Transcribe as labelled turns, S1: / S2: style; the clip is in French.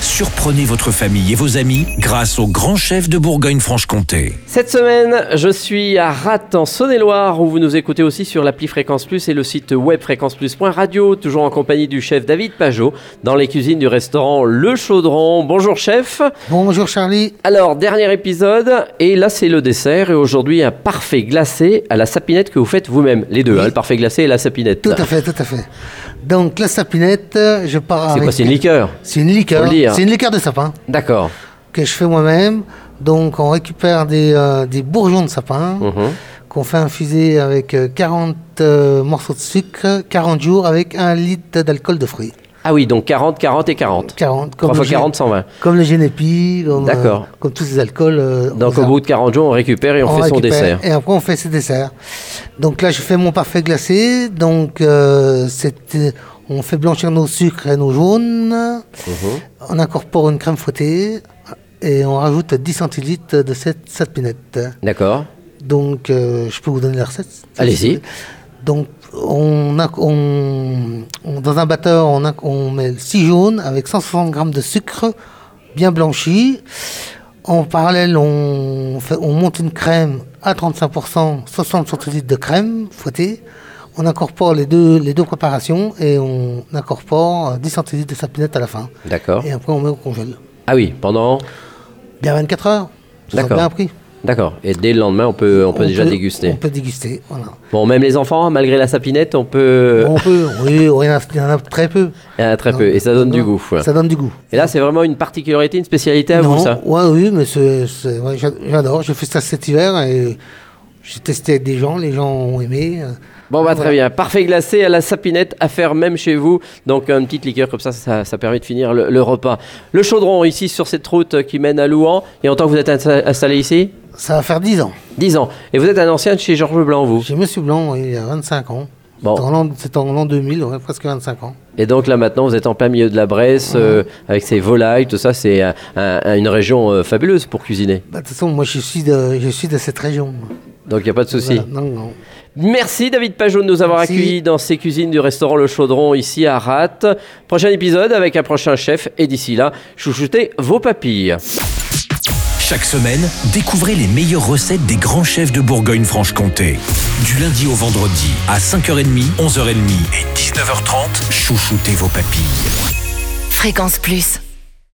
S1: Surprenez votre famille et vos amis grâce au grand chef de Bourgogne-Franche-Comté.
S2: Cette semaine, je suis à Ratte en Saône-et-Loire où vous nous écoutez aussi sur l'appli Fréquence Plus et le site web fréquenceplus.radio, toujours en compagnie du chef David Pajot dans les cuisines du restaurant Le Chaudron. Bonjour chef.
S3: Bonjour Charlie.
S2: Alors, dernier épisode et là c'est le dessert et aujourd'hui un parfait glacé à la sapinette que vous faites vous-même, les deux,
S3: Oui.
S2: hein, le parfait glacé et la sapinette.
S3: Tout à fait, tout à fait. Donc la sapinette, euh, je pars
S2: C'est
S3: avec.
S2: quoi, c'est une liqueur
S3: C'est une
S2: Faut
S3: liqueur.
S2: le dire.
S3: C'est une liqueur de sapin
S2: D'accord.
S3: que je fais moi-même. Donc on récupère des, euh, des bourgeons de sapin
S2: Mhm.
S3: qu'on fait infuser avec euh, 40 euh, morceaux de sucre, 40 jours avec un litre d'alcool de fruits.
S2: Ah oui, donc 40, 40 et 40.
S3: 40.
S2: 3 fois
S3: le gé-
S2: 40, 120.
S3: Comme le génépi, comme, euh,
S2: D'accord.
S3: comme tous ces alcools. euh,
S2: Donc
S3: aux
S2: au bout de 40 jours, on récupère et on, fait son
S3: récupère
S2: dessert.
S3: Et après, on fait ses desserts. Donc là, je fais mon parfait glacé. Donc, euh, c'est, euh, on fait blanchir nos sucres et nos jaunes.
S2: Mhm.
S3: On incorpore une crème fouettée. Et on rajoute 10 centilitres de cette sapinette.
S2: D'accord.
S3: Donc, euh, je peux vous donner la recette
S2: Allez-y.
S3: Donc, on, inc- on- on- dans un batteur, on, inc- on met 6 jaunes avec 160 grammes de sucre bien blanchi. En parallèle, on, fait- on monte une crème à 35%, 60 centilitres de crème fouettée. On incorpore les deux, les deux préparations et on incorpore euh, 10 centilitres de sapinette à la fin.
S2: D'accord.
S3: Et après, on met au congèle.
S2: Ah oui, pendant.
S3: Bien 24 heures. Ça sera
S2: D'accord.
S3: Bien appris.
S2: D'accord. Et dès le lendemain, on peut, on peut déjà déguster.
S3: On peut déguster, voilà.
S2: Bon, même les enfants, malgré la sapinette, on peut.
S3: On peut, oui, on en a- il y en a très peu.
S2: Il y en a Euh, très peu. Et ça donne du goût. ouais.
S3: Ça donne du goût.
S2: Et là, c'est vraiment une particularité, une spécialité à
S3: Non,
S2: vous, ça.
S3: ouais, oui, mais c'est, c'est- ouais, j'a- j'adore. J'ai fait ça cet hiver et j'ai testé avec des gens. Les gens ont aimé.
S2: Bon, bah, très bien. Parfait glacé à la sapinette, à faire même chez vous. Donc, une petite liqueur comme ça, ça, ça permet de finir le, le repas. Le chaudron, ici, sur cette route qui mène à Louan. Il y a longtemps que vous êtes insta- installé ici
S3: Ça va faire 10 ans.
S2: 10 ans. Et vous êtes un ancien de chez Georges Blanc, vous
S3: J'ai Monsieur Blanc il y a 25 ans.
S2: Bon.
S3: C'était en l'an- C'était en l'an 2000, ouais, presque 25 ans.
S2: Et donc là maintenant, vous êtes en plein milieu de la Bresse, euh, avec ses volailles, tout ça, c'est euh, un- un- une région euh, fabuleuse pour cuisiner.
S3: Bah, de toute façon, moi, je suis de, je suis de cette région.
S2: Donc il n'y a pas de souci.
S3: Voilà. Non, non.
S2: Merci David Pajot de nous avoir
S3: Merci.
S2: accueillis dans ces cuisines du restaurant Le Chaudron ici à Ratte. Prochain épisode avec un prochain chef et d'ici là, chouchoutez vos papilles.
S1: Chaque semaine, découvrez les meilleures recettes des grands chefs de Bourgogne-Franche-Comté. Du lundi au vendredi, à 5h30, 11h30 et 19h30, chouchoutez vos papilles.
S4: Fréquence Plus.